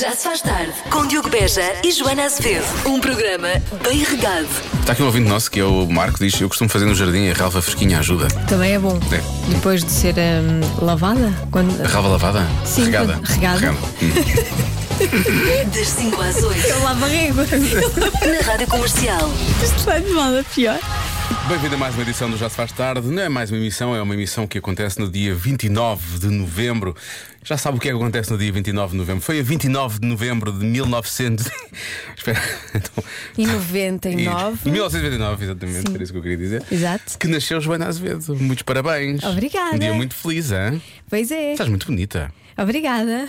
Já se faz tarde com Diogo Beja e Joana Azevedo. Um programa bem regado. Está aqui um ouvinte nosso que é o Marco, diz: Eu costumo fazer no jardim a ralva fresquinha ajuda. Também é bom. É. Depois de ser hum, lavada? Quando... A ralva lavada? Sim, regada. regada. Hum. Das 5 às 8 Eu lavo a régua. na Rádio Comercial. Isto vai de mal a pior. Bem-vindo a mais uma edição do Já Se Faz Tarde. Não é mais uma emissão, é uma emissão que acontece no dia 29 de novembro. Já sabe o que é que acontece no dia 29 de novembro? Foi a 29 de novembro de 1900. Espera. Então, Em 99. 1999, exatamente, era isso que eu queria dizer. Exato. Que nasceu Joana Azevedo. Muitos parabéns. Obrigada. Um dia muito feliz, hein? Pois é. Estás muito bonita. Obrigada.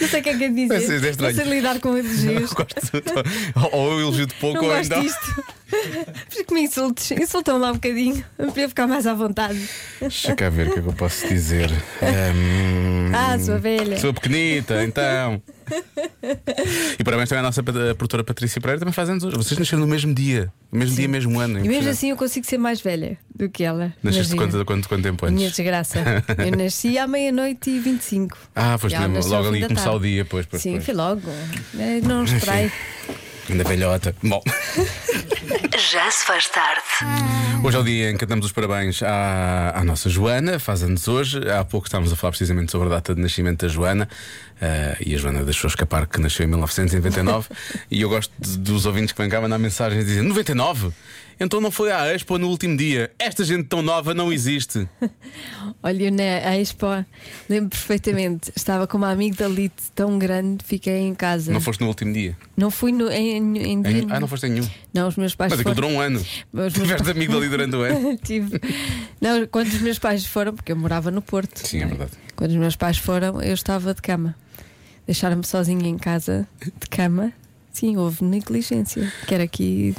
Não sei o que é que é de Vai ser dizer. Não estranho. sei lidar com elogios. Eu gosto de- ou eu elogio de pouco Não ou gosto então. disto. Por que me insultes? Insultam lá um bocadinho. Para eu ficar mais à vontade. Deixa cá ver o que é que eu posso dizer. Hum, Ah, sua velha. Sou pequenita, então. E parabéns também à nossa pat- a produtora Patrícia Pereira, também faz anos hoje. Vocês nasceram no mesmo dia, no mesmo dia, mesmo ano. é E mesmo impressionante. assim eu consigo ser mais velha do que ela. Nasceste Imagina. quanto, quanto, quanto tempo Minha antes? desgraça. Eu nasci à meia-noite e 25. Ah, foste Já mesmo, nasceu logo ao fim ali da começar tarde. o dia, pois, pois, Sim, pois. foi logo. Eh, Não esperei. Ainda velhota. Bom, Já se faz tarde. hoje é o dia em que damos os parabéns à, à nossa Joana, faz anos hoje. Há pouco estávamos a falar precisamente sobre a data de nascimento da Joana eh, e a Joana deixou escapar que nasceu em 1999. e eu gosto de- dos ouvintes que vêm cá mandar mensagens e dizem: 99? Então não foi à Expo no último dia. Esta gente tão nova não existe. Olha, na a Expo, lembro perfeitamente. Estava com uma amigdalite tão grande, fiquei em casa. Não foste no último dia. Não fui no, em, em, em- Em- Ah, não foste em nenhum. Não, os meus pais Mas aquilo foram. durou um ano. Mas- Tiveste amigo dali durante o ano. Tive. Não, quando os meus pais foram, porque eu morava no Porto. Sim, é não verdade. Quando os meus pais foram, eu estava de cama. Deixaram-me sozinha em casa, de cama. Sim, houve negligência. Quero aqui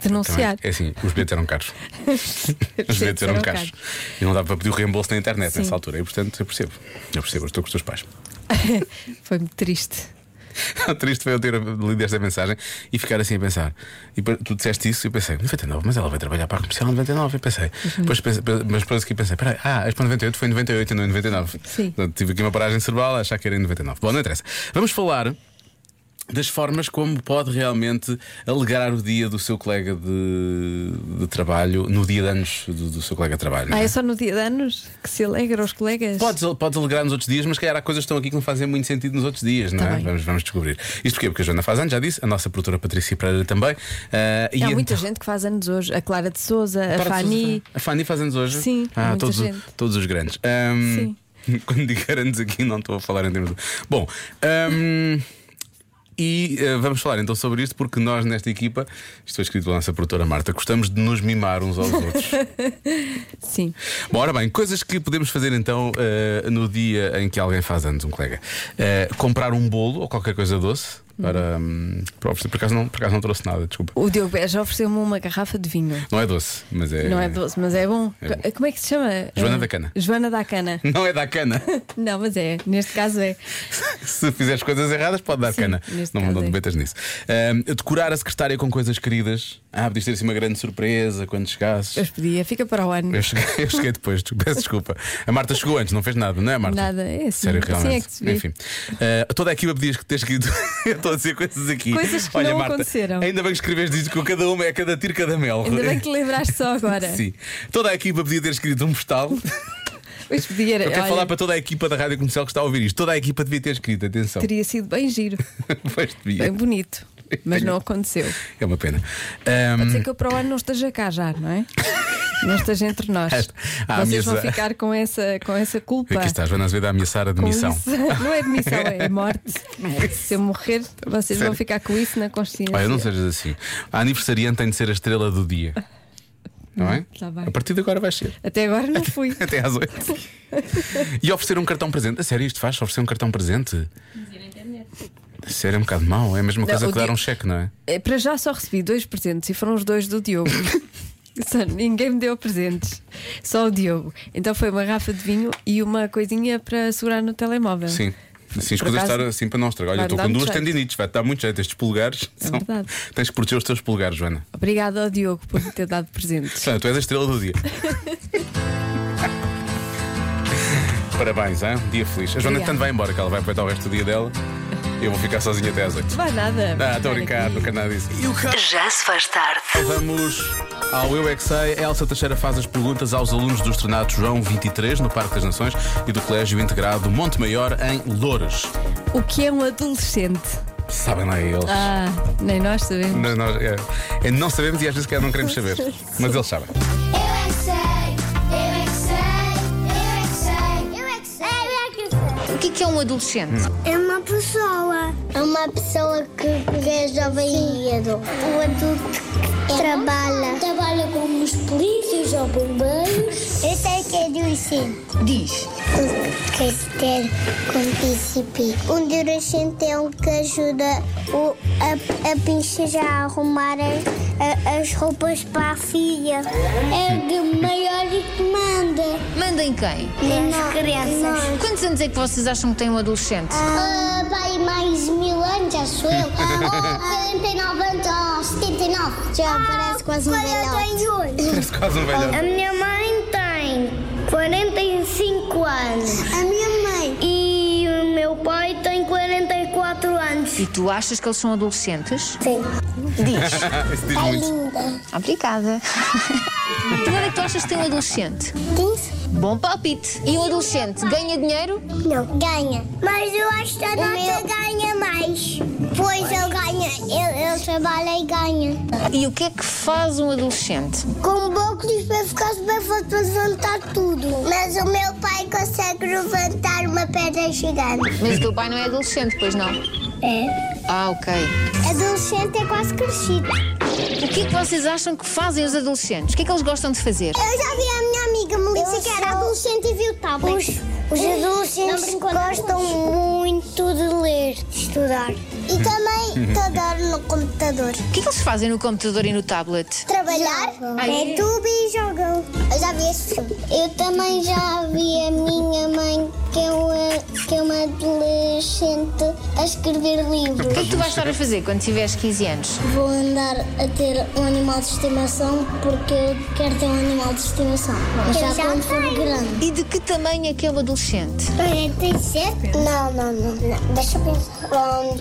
denunciar. Também. É assim, os bilhetes eram caros. Os bilhetes eram caros. E não dava para pedir o reembolso na internet um Sim. nessa altura. E portanto eu percebo. Eu percebo, eu estou com os teus pais. Foi muito triste. Triste foi eu ter lido esta mensagem e ficar assim a pensar. E pa- tu disseste isso e eu pensei, 99, mas ela vai trabalhar para a comercial em 99. Eu pensei, Uhum. depois pensei pe- mas depois aqui pensei, peraí, ah, a Expo 98 foi em 98 e não em 99. Sim. Portanto, tive aqui uma paragem cerebral a achar que era em 99. Bom, não interessa. Vamos falar. Das formas como pode realmente alegrar o dia do seu colega de, de trabalho, no dia de anos do, do seu colega de trabalho. não Ah, é? é só no dia de anos que se alegra os colegas? Podes, podes alegrar nos outros dias, mas calhar há coisas que estão aqui que não fazem muito sentido nos outros dias, não Tá é? bem. Vamos, vamos descobrir. Isto porquê? Porque a Joana faz anos, já disse, a nossa produtora Patrícia Pereira também. ah, e Há então- muita gente que faz anos hoje. A Clara de Souza, a Para de Fanny. fazer- A Fanny faz anos hoje? Sim, há ah, muita todos, gente. todos os grandes. Ahm, Quando digo grandes aqui, não estou a falar em termos de. Bom. ahm, e ah, vamos falar então sobre isto, porque nós nesta equipa, estou escrito pela nossa produtora Marta, gostamos de nos mimar uns aos outros. Sim. Bom, ora bem, coisas que podemos fazer então eh, no dia em que alguém faz anos, um colega. Eh, comprar um bolo ou qualquer coisa doce para, hum, para oferecer. Por acaso, não, por acaso não trouxe nada, desculpa. O Diogo Beja ofereceu-me uma garrafa de vinho. Não é doce, mas é. Não é doce, mas é bom. É bom. Co- Como é que se chama? Joana Eh, da Cana. Joana da Cana. Não é da cana. Não, mas é. Neste caso é. Se fizeres coisas erradas, pode dar Sim, cana. neste Não, caso não te é. metas nisso. Ahm, decorar a secretária com coisas queridas. Ah, podias ter assim uma grande surpresa quando chegasses. Eu pedia, fica para o ano. Eu cheguei, eu cheguei depois, tu- peço desculpa. A Marta chegou antes, não fez nada, não é, Marta? Nada, é assim, Sério, assim realmente. é que se vê. Enfim, eh, toda a equipa pedias que tens escrito. eu estou a dizer coisas aqui. Coisas que Olha, não Marta, aconteceram. Ainda bem que escreves disto com cada uma é cada tiro, cada mel. Ainda bem que lembraste só agora. Sim. Toda a equipa podia ter escrito um postal. Pois podia. Eu quero olha, falar para toda a equipa da Rádio Comercial que está a ouvir isto. Toda a equipa devia ter escrito, atenção. Teria sido bem giro, pois devia. bem bonito. Mas não aconteceu. É uma pena. Pode Ahm, ser que eu para o ano não esteja cá já, não é? Não esteja entre nós. Ah, É Vocês vão ameaça- ficar com essa, com essa culpa. Aqui está, a Joana Azevedo a ameaçar a Com demissão. isso- Não é demissão, é morte. Se eu morrer, vocês Sério? vão ficar com isso na consciência. Olha, não sejas assim. A aniversariante tem de ser a estrela do dia. Não é? tá bem. A partir de agora vai ser. Até agora não fui. Até às oito. e oferecer um cartão presente. A sério, isto faz? Oferecer um cartão presente? A sério, é um bocado mau. É a mesma coisa o que dar dia- um cheque, não é? É, Para já só recebi dois presentes e foram os dois do Diogo. Só- ninguém me deu presentes, só o Diogo. Então foi uma garrafa de vinho e uma coisinha para segurar no telemóvel. Sim. Sim, as Por coisas acaso- estar assim para nós. Olha, eu Vai estou dar com muito duas jeito. É tendinites, vai dar muito jeito. Estes polegares são. verdade. Tens que proteger os teus polegares, Joana. Obrigada ao Diogo por me ter dado presentes. Portanto, tu és a estrela do dia. Parabéns, hein? dia feliz. A Joana Obrigada. tanto vai embora que ela vai aproveitar o resto do dia dela. Eu vou ficar sozinha até às 8. Vai nada. Ah, vai estou a brincar, aqui. não quero nada disso. E o carro? Já se faz tarde. Vamos ao Eu é que Sei. Elsa Teixeira faz as perguntas aos alunos do Estrenato João 23, no Parque das Nações, e do Colégio Integrado Monte Maior, em Loures. O que é um adolescente? Sabem lá eles. Ah, nem nós sabemos. Não, nós, é, é, não sabemos e às vezes calhar não queremos saber. Mas eles sabem. Eu é que sei, eu é que sei, eu é que sei, eu é que sei, eu é que sei. O que é, que é um adolescente? É uma pessoa. É uma pessoa que é jovem e adulto. O Um adulto que trabalha. Trabalha com os polícias ou bombeiros. Eu sei que é adolescente. Diz. Um que ter com PCP. Um adolescente é um que ajuda o, a, a princesa a arrumar as, a- as roupas para a filha. É o de maior e que manda. Manda em quem? Nas crianças. Quantos anos é que vocês acham que tem um adolescente? Ah, vai mais mil anos, acho eu. Ah, 49 anos, ah, 79. Já parece quase um velhote. Parece quase um velho. minha mãe tem 45 anos. A minha mãe. E o meu pai tem 44 anos. E tu achas que eles são adolescentes? Sim. Tá Diz. Isso diz muito. linda. Obrigada. Que idade é que tu achas que tem um adolescente? 15? Bom palpite. E um adolescente ganha dinheiro? Não. Ganha. Mas eu acho que a nota ganha mais. Pois eu ganho. Eu, eu trabalho e ganho. E o que é que faz um adolescente? Com um bocos para ficar super forte para levantar tudo. Mas o meu pai consegue levantar uma pedra gigante. Mas o teu pai não é adolescente, pois não? É. Ah, ok. Adolescente é quase crescido. O que é que vocês acham que fazem os adolescentes? O que é que eles gostam de fazer? Eu já vi a minha amiga Melissa que era adolescente e viu tablets. Os, os adolescentes gostam muito de ler, de estudar. E também de andar no computador. O que é que eles fazem no computador e no tablet? trabalhar, Ai. YouTube e jogam. Eu já vi esse filme. Eu também já vi a minha mãe, que é uma, que é uma adolescente, a escrever O que é livros. que tu vais estar a fazer quando tiveres 15 anos? Vou andar a ter um animal de estimação porque eu quero ter um animal de estimação. Mas já, quando for grande. E de que tamanho é que é o adolescente? 47? Não, não, não. não. Deixa eu pensar.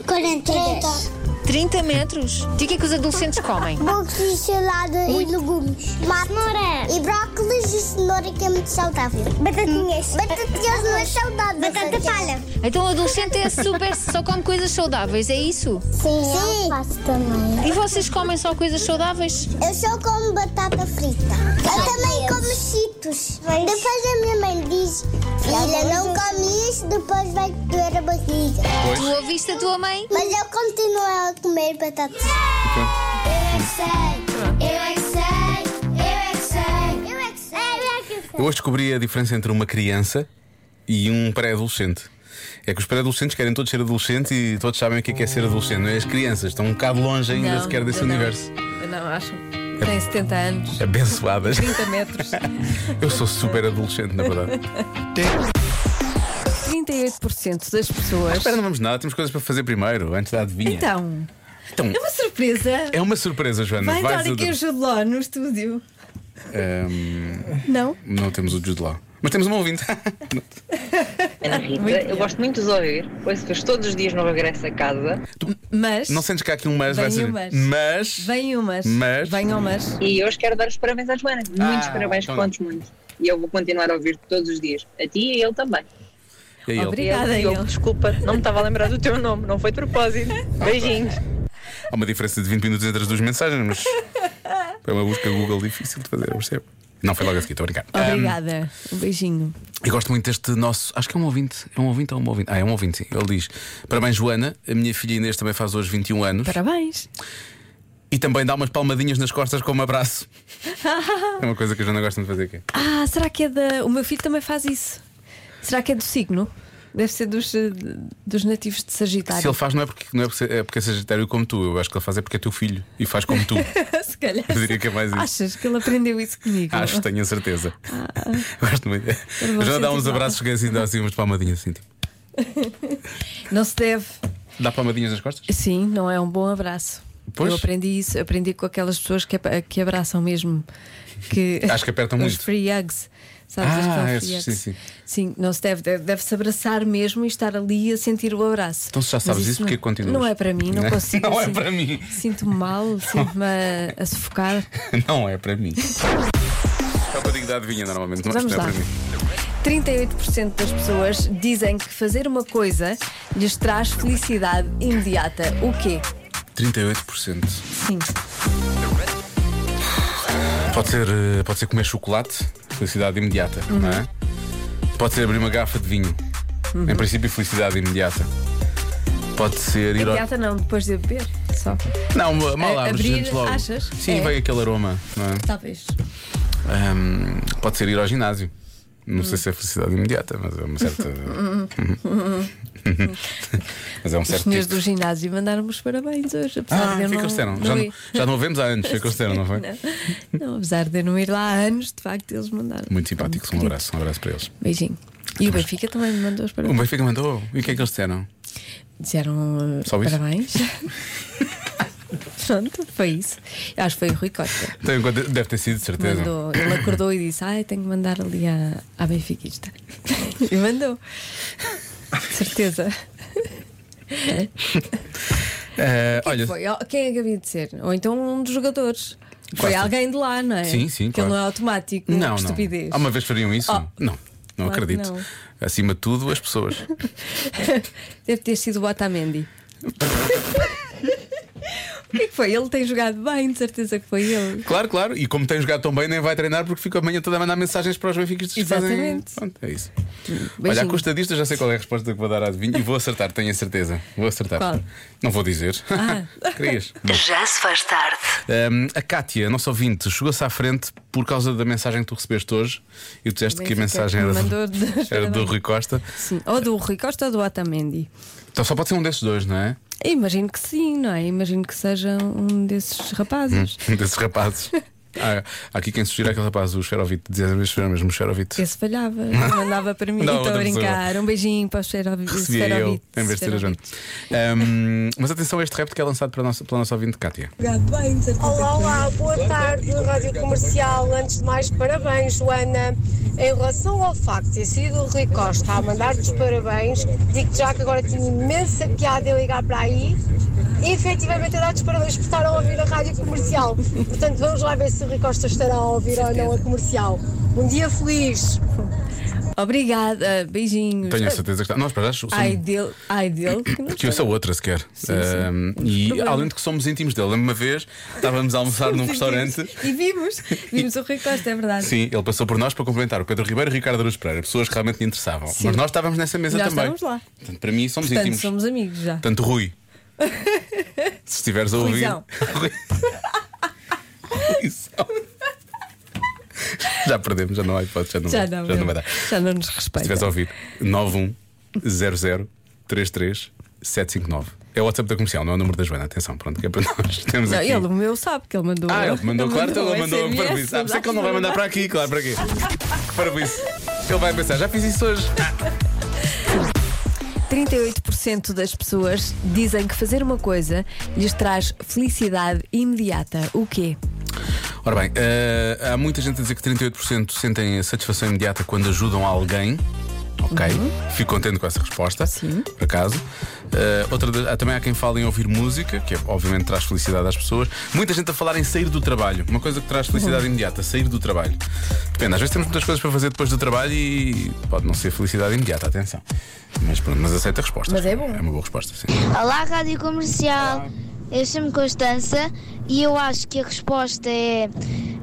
43. 30 metros? E o que é que os adolescentes comem? Bocos de salada e legumes. Cenoura. E brócolis e cenoura que é muito saudável. Batatinhas. Batatinhas não é saudável. Batata palha. Então o adolescente é super, só come coisas saudáveis, é isso? Sim, eu faço também. E vocês comem só coisas saudáveis? Eu só como batata frita. Eu também como cheetos. Depois a minha mãe diz, filha, não come isso, depois vai doer a barriga. Tu ouviste a tua mãe? Mas eu continuo a comer batatas. Eu é que sei, eu é que sei, eu é que sei, eu é que sei, eu é que sei. Eu hoje descobri a diferença entre uma criança e um pré-adolescente. É que os pré-adolescentes querem todos ser adolescentes e todos sabem o que é, que é ser adolescente. Não é? As crianças estão um bocado longe ainda Não, sequer desse eu não. universo. É. Eu não acho. Tem 70 anos, Abençoadas. 30 metros. Eu sou super adolescente, na verdade. 38% das pessoas. Espera, não vamos nada, temos coisas para fazer primeiro, antes da adivinha. Então, Então, é uma surpresa. é uma surpresa, Joana. Vai Vais entrar aqui um ad- o Jude Law no estúdio. Ahm, Não? Ehm, Não temos o Jude lá. Mas temos um ouvinte. Ana Rita, Muito bem. eu gosto muito de os ouvir, ouço-vos todos os dias no regresso a casa Mas. não sentes que há aqui um mas, Vem vai ser. um mas. Mas. Venham umas. Mas- Venham umas. e hoje quero dar os parabéns à Joana. Muitos Ah, parabéns, então. contos muito. E eu vou continuar a ouvir todos os dias, a ti e ele também. E aí, ele? Obrigada, ele, Diogo, ele. Desculpa, não me estava a lembrar do teu nome, não foi de propósito. Beijinhos. Há uma diferença de 20 minutos entre as duas mensagens, mas é uma busca Google difícil de fazer, eu percebo. Não foi logo a seguir, estou a brincar. Ah. Obrigada. Um beijinho. Eu gosto muito deste nosso. Acho que é um ouvinte. É um ouvinte ou um ouvinte? Ah, é um ouvinte, sim. Ele diz: Parabéns, Joana. A minha filha Inês também faz hoje 21 anos. Parabéns. E também dá umas palmadinhas nas costas com um abraço. é uma coisa que a Joana gosta de fazer aqui. Ah, será que é da. O meu filho também faz isso. Será que é do signo? Deve ser dos, eh, dos nativos de Sagitário. Se ele faz, não é porque, não é porque, é porque é sagitário como tu. Eu acho que ele faz é porque é teu filho e faz como tu. Se calhar. Eu diria que é mais isso. Achas que ele aprendeu isso comigo? Acho, tenho a certeza. Gosto muito. A Joana dá Ah. sentir uns mal. abraços, que é assim, dá assim umas palmadinhas. Assim, tipo. Não se deve. Dá palmadinhas nas costas? Sim, não é um bom abraço. Pois. Eu aprendi isso, aprendi com aquelas pessoas que, que abraçam mesmo. Que Acho que apertam os muito. free hugs. Sabes, as Ah, selfie esses, apps. sim, sim. não se deve, deve, deve se abraçar mesmo e estar ali a sentir o abraço. Então, se já Mas sabes isso, não- porquê continuas? Não é para mim, não Não consigo. é assim. para mim. Sinto-me mal, sinto-me a, a sufocar. Não é para mim. Só que eu digo da adivinha normalmente, mas Vamos não é lá. para mim. 38% das pessoas dizem que fazer uma coisa lhes traz felicidade imediata. O quê? 38%. Sim. Pode ser, eh, pode ser comer chocolate, felicidade imediata, Uhum. não é? Pode ser abrir uma garrafa de vinho, Uhum. em princípio, felicidade imediata. Pode ser ir ao. Imediata não, depois de beber. Só. Não, mal A- abres, abrir, sentes logo. achas? Sim, É. veio aquele aroma, não é? Talvez. Ahm, pode ser ir ao ginásio. Não sei se é felicidade imediata, mas é uma certa. mas é um Os certo senhores tipo. do ginásio mandaram-me os parabéns hoje. Apesar Ah, de foi que eu não, eles disseram. não né? Já, ir- não, já não ouvemos há anos, foi que eles disseram, não foi? Não, apesar de eu não ir lá há anos, de facto, eles mandaram. Muito simpáticos, um abraço, um abraço para eles. Beijinho. E o Benfica também me mandou os O parabéns. Benfica mandou. E o que é que eles disseram? Disseram uh, Só isso? parabéns. Pronto, foi isso. Eu acho que foi o Rui Costa. Tem- um Deve ter sido, de certeza. Mandou, ele acordou e disse: Ah, eu tenho que mandar ali à, à benfiquista. E mandou. De certeza. Eh, olha, Foi, ó, quem é que havia de ser? Ou então um dos jogadores. Foi Quase. alguém de lá, não é? Sim, sim, Que claro. ele não é automático. não, que não. estupidez. Há uma vez fariam isso? Oh. Não, não Claro que acredito. não. Acima de tudo, as pessoas. Deve ter sido o Otamendi. o que é que foi? Ele tem jogado bem, de certeza que foi ele. Claro, claro. E como tem jogado tão bem, nem vai treinar porque fica amanhã toda a mandar mensagens para os benfiquistas que fazem. Exatamente. Pronto, é isso. Olha, à Beijinho. custa disto, eu já sei qual é a resposta que vou dar à adivinha e vou acertar, tenho a certeza. Vou acertar. Qual? Ah. Não vou dizer. Querias? Bom, Já se faz tarde. hum, a Kátia, a nossa ouvinte, chegou-se à frente por causa da mensagem que tu recebeste hoje e tu disseste que a Benfica mensagem é que era, mandou do, das era do parabéns. Rui Costa. Sim. Ou do Rui Costa ou do Otamendi. Então só pode ser um desses dois, não é? Imagino que sim, não é? Imagino que seja um desses rapazes. Um desses rapazes. Há, há aqui quem sugira aquele rapaz, o Xerovite, dizer mesmo o Xerovite. Esse falhava, mandava para mim, Não, estou a outra pessoa. brincar. Um beijinho para o Xerobi- Recebia eu, Xerobit. em vez de ser a Joana. Xerobit. Hum, mas atenção a este repto que é lançado para a nossa, pela nossa ouvinte Kátia. Olá, olá, boa tarde, Rádio Comercial. Antes de mais, parabéns, Joana. Em relação ao facto de ter sido o Rui Costa a mandar-nos parabéns, digo já que agora tinha imensa piada em ligar para aí e efetivamente a dar-te parabéns por estar a ouvir a Rádio Comercial. Portanto, vamos lá ver se o Rui Costa estará a ouvir ou não a comercial. Um dia feliz. Obrigada, beijinhos. Tenho a certeza que está. Nós para já somos- Ai dele, ai dele. que não Que eu sou outra sequer. Ahm, e Problema. além de que somos íntimos dele, lembro-me uma vez estávamos a almoçar num um restaurante. E vimos, vimos o Rui Costa, é verdade. Sim, ele passou por nós para cumprimentar o Pedro Ribeiro e o Ricardo Aruz Pereira, pessoas que realmente lhe interessavam. Mas nós estávamos nessa mesa Nós também. estávamos lá. Portanto, para mim somos Portanto, íntimos. somos amigos já. Tanto Rui. Se estiveres a ouvir. Ruizão. Rui. Ruizão. Já perdemos, já não há hipótese, já não, Já vai- não, Então, já não vai dar. já não nos Se um respeita. estiveres a ouvir, 910033759. É o WhatsApp da comercial, não é o número da Joana. Atenção, pronto, que é para nós. Temos Não, aqui. ele, é o meu sabe que ele mandou. um Ah, ele mandou, claro, então ele mandou SMS, para mim. Sabe, sei é que ele não vai mandar para aqui, claro, para quê? Que para isso. Ele vai pensar, já fiz isso hoje. 38% das pessoas dizem que fazer uma coisa lhes traz felicidade imediata. O quê? Ora bem, eh, há muita gente a dizer que 38% sentem satisfação imediata quando ajudam alguém. Ok, fico contente com essa resposta. Uhum. Sim. Por acaso. Eh, outra das- há- também há quem fale em ouvir música, que é, obviamente traz felicidade às pessoas. Muita gente a falar em sair do trabalho. Uma coisa que traz felicidade Uhum. imediata, sair do trabalho. Depende, às vezes temos muitas coisas para fazer depois do trabalho e pode não ser felicidade imediata, atenção. Mas pronto, mas aceito a resposta. Mas é bom. É uma boa resposta, sim. Olá, Rádio Comercial. Eu chamo Constança e eu acho que a resposta é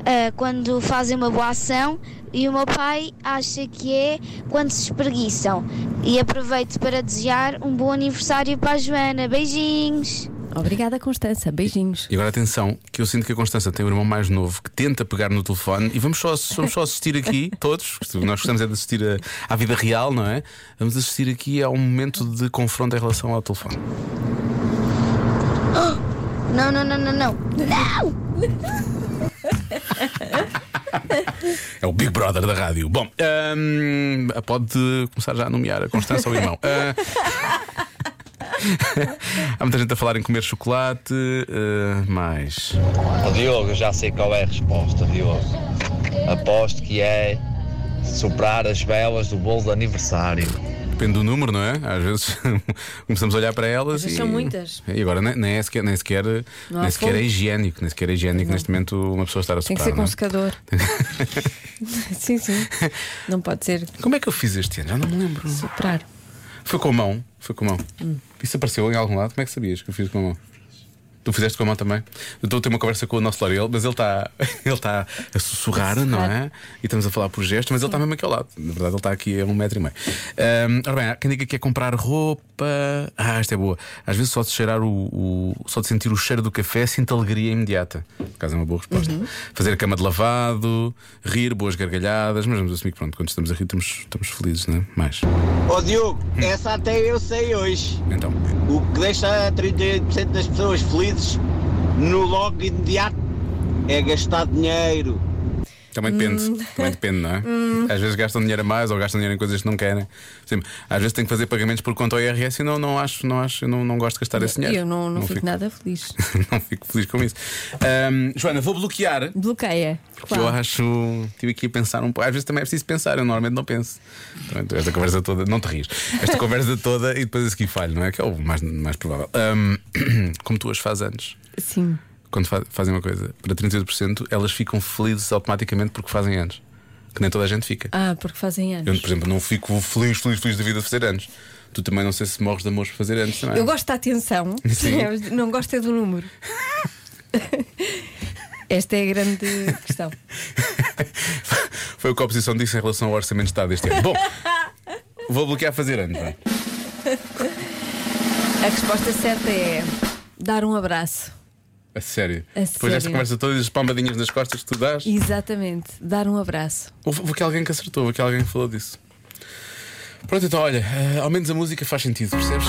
ah, quando fazem uma boa ação e o meu pai acha que é quando se espreguiçam. E aproveito para desejar um bom aniversário para a Joana. Beijinhos! Obrigada, Constança. Beijinhos. E agora atenção, que eu sinto que a Constança tem um irmão mais novo que tenta pegar no telefone e vamos só, vamos só assistir aqui, todos, que nós gostamos é de assistir a- à vida real, não é? Vamos assistir aqui a um momento de confronto em relação ao telefone. Não, não, não, não, não. É o Big Brother da rádio. Bom, hum, pode começar já a nomear a Constança ou o irmão. Ah, Há muita gente a falar em comer chocolate, ah, mais. Ó, Diogo, já sei qual é a resposta, Diogo. Aposto que é soprar as velas do bolo de aniversário. Depende do número, não é? Às vezes começamos a olhar para elas. Às vezes e, são muitas. E agora nem, nem é sequer, nem sequer, Não há nem sequer fogo. é higiênico, nem sequer é higiênico neste momento uma pessoa estar a Tem que soprar. ser não com é? um secador. sim, sim. Não pode ser Como é que eu fiz este ano? Já não me lembro. soprar. Foi com a mão. Foi com a mão. Isso apareceu em algum lado? Como é que sabias que eu fiz com a mão? Tu fizeste com a mão também? Eu estou a ter uma conversa com o nosso L'Oreal, mas ele está ele está a sussurrar, não é? E estamos a falar por gesto, mas ele está mesmo aqui ao lado. Na verdade, ele está aqui a um metro e meio. Ahm, ora bem, há quem diga que é comprar roupa. Ah, esta é boa. Às vezes só de cheirar o, o- só de sentir o cheiro do café sinto alegria imediata. Por acaso é uma boa resposta. Fazer a cama de lavado, rir, boas gargalhadas, mas vamos assumir que pronto, quando estamos a rir estamos, estamos felizes, não é? Mais. Ó Diogo, essa até eu sei hoje. Então. O que deixa 38% das pessoas felizes no logo imediato é gastar dinheiro. Também depende, Hum. também depende, não é? Às vezes gastam dinheiro a mais ou gastam dinheiro em coisas que não querem. Sim, às vezes tenho que fazer pagamentos por conta ao IRS e não, não acho, não acho, eu não, não gosto de gastar esse dinheiro. E eu não, não, fico, nada feliz. não fico feliz com isso. Ahm, Joana, vou bloquear. Bloqueia. porque Eu Claro. acho. Tive aqui a pensar um pouco. Às vezes também é preciso pensar, eu normalmente não penso. Então, Esta conversa toda. Não te rias. Esta conversa toda e depois a seguir falho, não é? Que é o mais, mais provável. Ahm, como tu as fazes antes Sim. quando fa- fazem uma coisa para 38%, elas ficam felizes automaticamente porque fazem anos. Que nem toda a gente fica. Ah, porque fazem Eu, anos. por exemplo, não fico feliz, feliz, feliz da vida de fazer anos. Tu também não sei se morres de amores por fazer anos também. Eu gosto da atenção, Sim. não gosto é do número. Esta é a grande questão. Foi o que a oposição disse em relação ao orçamento de Estado este ano. Bom, vou bloquear fazer anos. vá. A resposta certa é dar um abraço. A sério. A Depois sério. desta conversa toda e as palmadinhas nas costas que tu dás. Exatamente, dar um abraço. Houve, houve aqui alguém que acertou, houve aqui alguém que falou disso. Pronto, então olha, eh, ao menos a música faz sentido, percebes?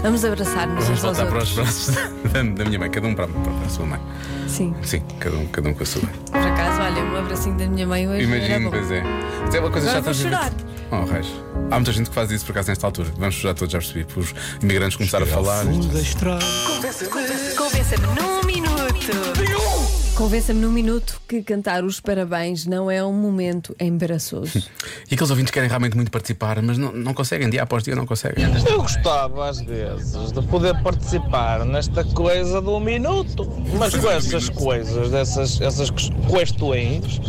Vamos abraçar-nos Vamos uns aos voltar para outros. os braços da, da minha mãe, cada um para, para a sua mãe. Sim, Sim, cada um, cada um com a sua. por acaso, olha, um abracinho da minha mãe hoje. era Imagino, bom. pois é. Mas é uma coisa Agora chata. vou às vezes. Oh, raios. Há muita gente que faz isso por acaso nesta altura. Vamos chorar todos, já percebi. Os imigrantes começaram a falar. é. Convença-me num minuto. Convença-me num minuto que cantar os parabéns não é um momento embaraçoso. E aqueles ouvintes querem realmente muito participar, mas não, não conseguem, dia após dia não conseguem. Eu gostava às vezes de poder participar nesta coisa de um minuto, mas com essas coisas, dessas essas ques- questões,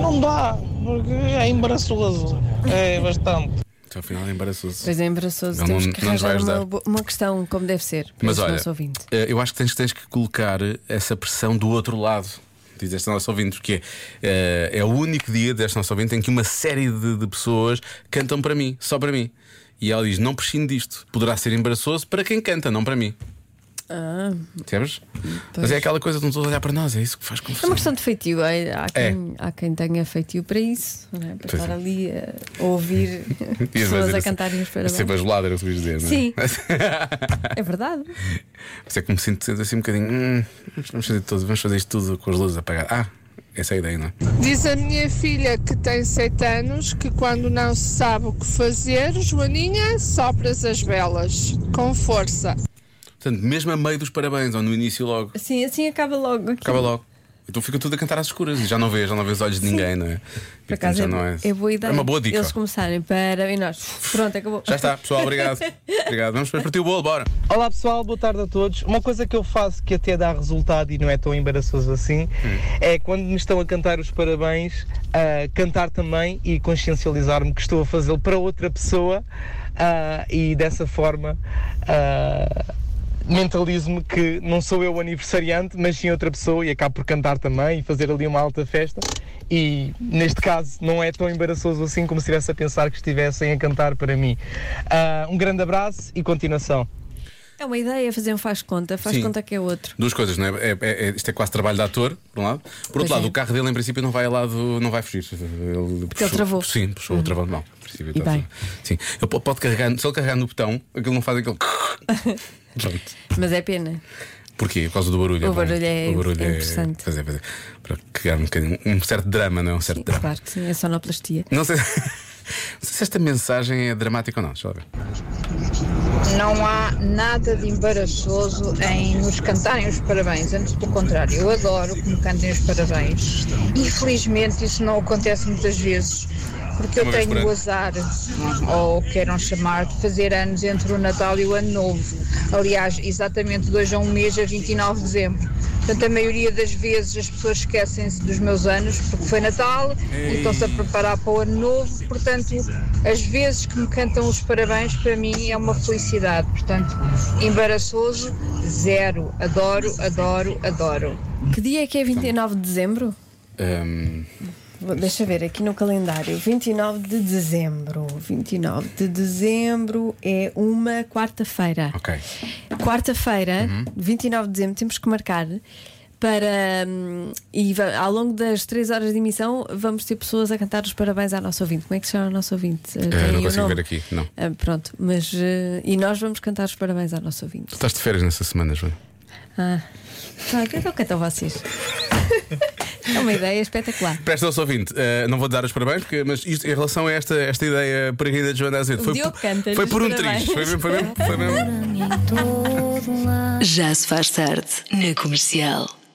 não dá, porque é embaraçoso, é bastante. Então, afinal, é embaraçoso. Pois é, embaraçoso. Não, Temos não- que não nos vai arranjar uma, ajudar. bo- uma questão como deve ser. Para Mas este olha, nosso ouvinte. eh, eu acho que tens, tens que colocar essa pressão do outro lado. Diz esta nossa ouvinte, porque eh, é o único dia desta nossa ouvinte em que uma série de, de pessoas cantam para mim, só para mim. E ela diz: não prescindo disto. Poderá ser embaraçoso para quem canta, não para mim. Percebes? Mas é aquela coisa de não todos olhar para nós, é isso que faz É uma confusão. questão de feitio. Há, há quem, há quem tenha feitio para isso, não é? para É. Pois estar é. ali a ouvir E às pessoas vezes a é cantarem os parabéns. Ser bajulado era o que eu quis dizer, não é? Sim. Mas É verdade. é que me sinto sinto assim um bocadinho. "Hum, vamos, fazer tudo, vamos fazer isto tudo com as luzes apagadas. Ah, essa é a ideia, não é? Diz a minha filha que tem 7 anos que quando não se sabe o que fazer, Joaninha, sopras as velas com força. Portanto, mesmo a meio dos parabéns, ou no início logo, Assim, assim acaba logo. aqui. acaba logo. Então fica tudo a cantar às escuras e já não vês, já não vês os olhos de ninguém, não é? Por acaso é, já não é boa ideia. É uma boa dica. Eles começarem para. E nós. Pronto, acabou. Já está, pessoal, obrigado. obrigado. Vamos depois partir o bolo, bora. Olá pessoal, boa tarde a todos. Uma coisa que eu faço que até dá resultado e não é tão embaraçoso assim é quando me estão a cantar os parabéns, a cantar também e consciencializar-me que estou a fazê-lo para outra pessoa ah, e dessa forma ah, mentalizo-me que não sou eu o aniversariante, mas sim outra pessoa e acabo por cantar também e fazer ali uma alta festa. E neste caso não é tão embaraçoso assim como se estivesse a pensar que estivessem a cantar para mim. Ah, um grande abraço e continuação. É uma ideia fazer um faz conta. Faz Sim. conta que é outro. Duas coisas, não é? É- é- é- isto é quase trabalho de ator, por um lado. Por Pois outro lado, é. o carro dele, em princípio, não vai a lado, não vai fugir. Ele puxou- travou. Uhum. Sim, puxou o travão de mão. Em princípio, está bem. tudo. Sim. Ele po- pode carregar, se ele carregar no botão, aquilo não faz aquele. Pronto. Mas é pena. Porquê? Por causa do barulho. O bom. barulho é- o barulho é interessante. Pois é, pois é. Para criar um bocadinho. Um certo drama, não é? Um certo drama. Claro que sim, é sonoplastia. Não sei, não sei se esta mensagem é dramática ou não. Deixa eu ver. Não há há nada de embaraçoso em nos cantarem os parabéns. Antes, pelo contrário, eu adoro que me cantem os parabéns. Infelizmente, isso não acontece muitas vezes. Porque eu É Uma vez por tenho ano. o azar, ou queiram chamar, de fazer anos entre o Natal e o Ano Novo. Aliás, exatamente dois a um mês, a 29 de dezembro. Portanto, a maioria das vezes as pessoas esquecem-se dos meus anos, porque foi Natal e estão-se a preparar para o Ano Novo. Portanto, as vezes que me cantam os parabéns, para mim é uma felicidade. Portanto, embaraçoso, zero. Adoro, adoro, adoro. Que dia é que é 29 de dezembro? Ahm, Vou- Deixa eu ver aqui no calendário. 29 de dezembro. 29 de dezembro é uma quarta-feira. ok. Quarta-feira, Uhum. 29 de dezembro, temos que marcar para. hum, e va- ao longo das 3 horas de emissão, vamos ter pessoas a cantar os parabéns à nossa ouvinte. Como é que se chama a nossa ouvinte? Eh, tem Eh, aí não o consigo nome. ver aqui, não. Ah, pronto, mas. eh, e nós vamos cantar os parabéns à nossa ouvinte. Tu estás de férias nessa semana, Joana. Ah, tá, o que é que eu canto a vocês? é uma ideia espetacular. Presta ao ouvinte, eh, não vou dar os parabéns, porque, mas isto, em relação a esta, esta ideia peregrina de Joana Azevedo, O foi, Diogo por- canta-lhe foi os por um parabéns. triz. Foi mesmo, foi mesmo, foi mesmo. Já se faz tarde na comercial.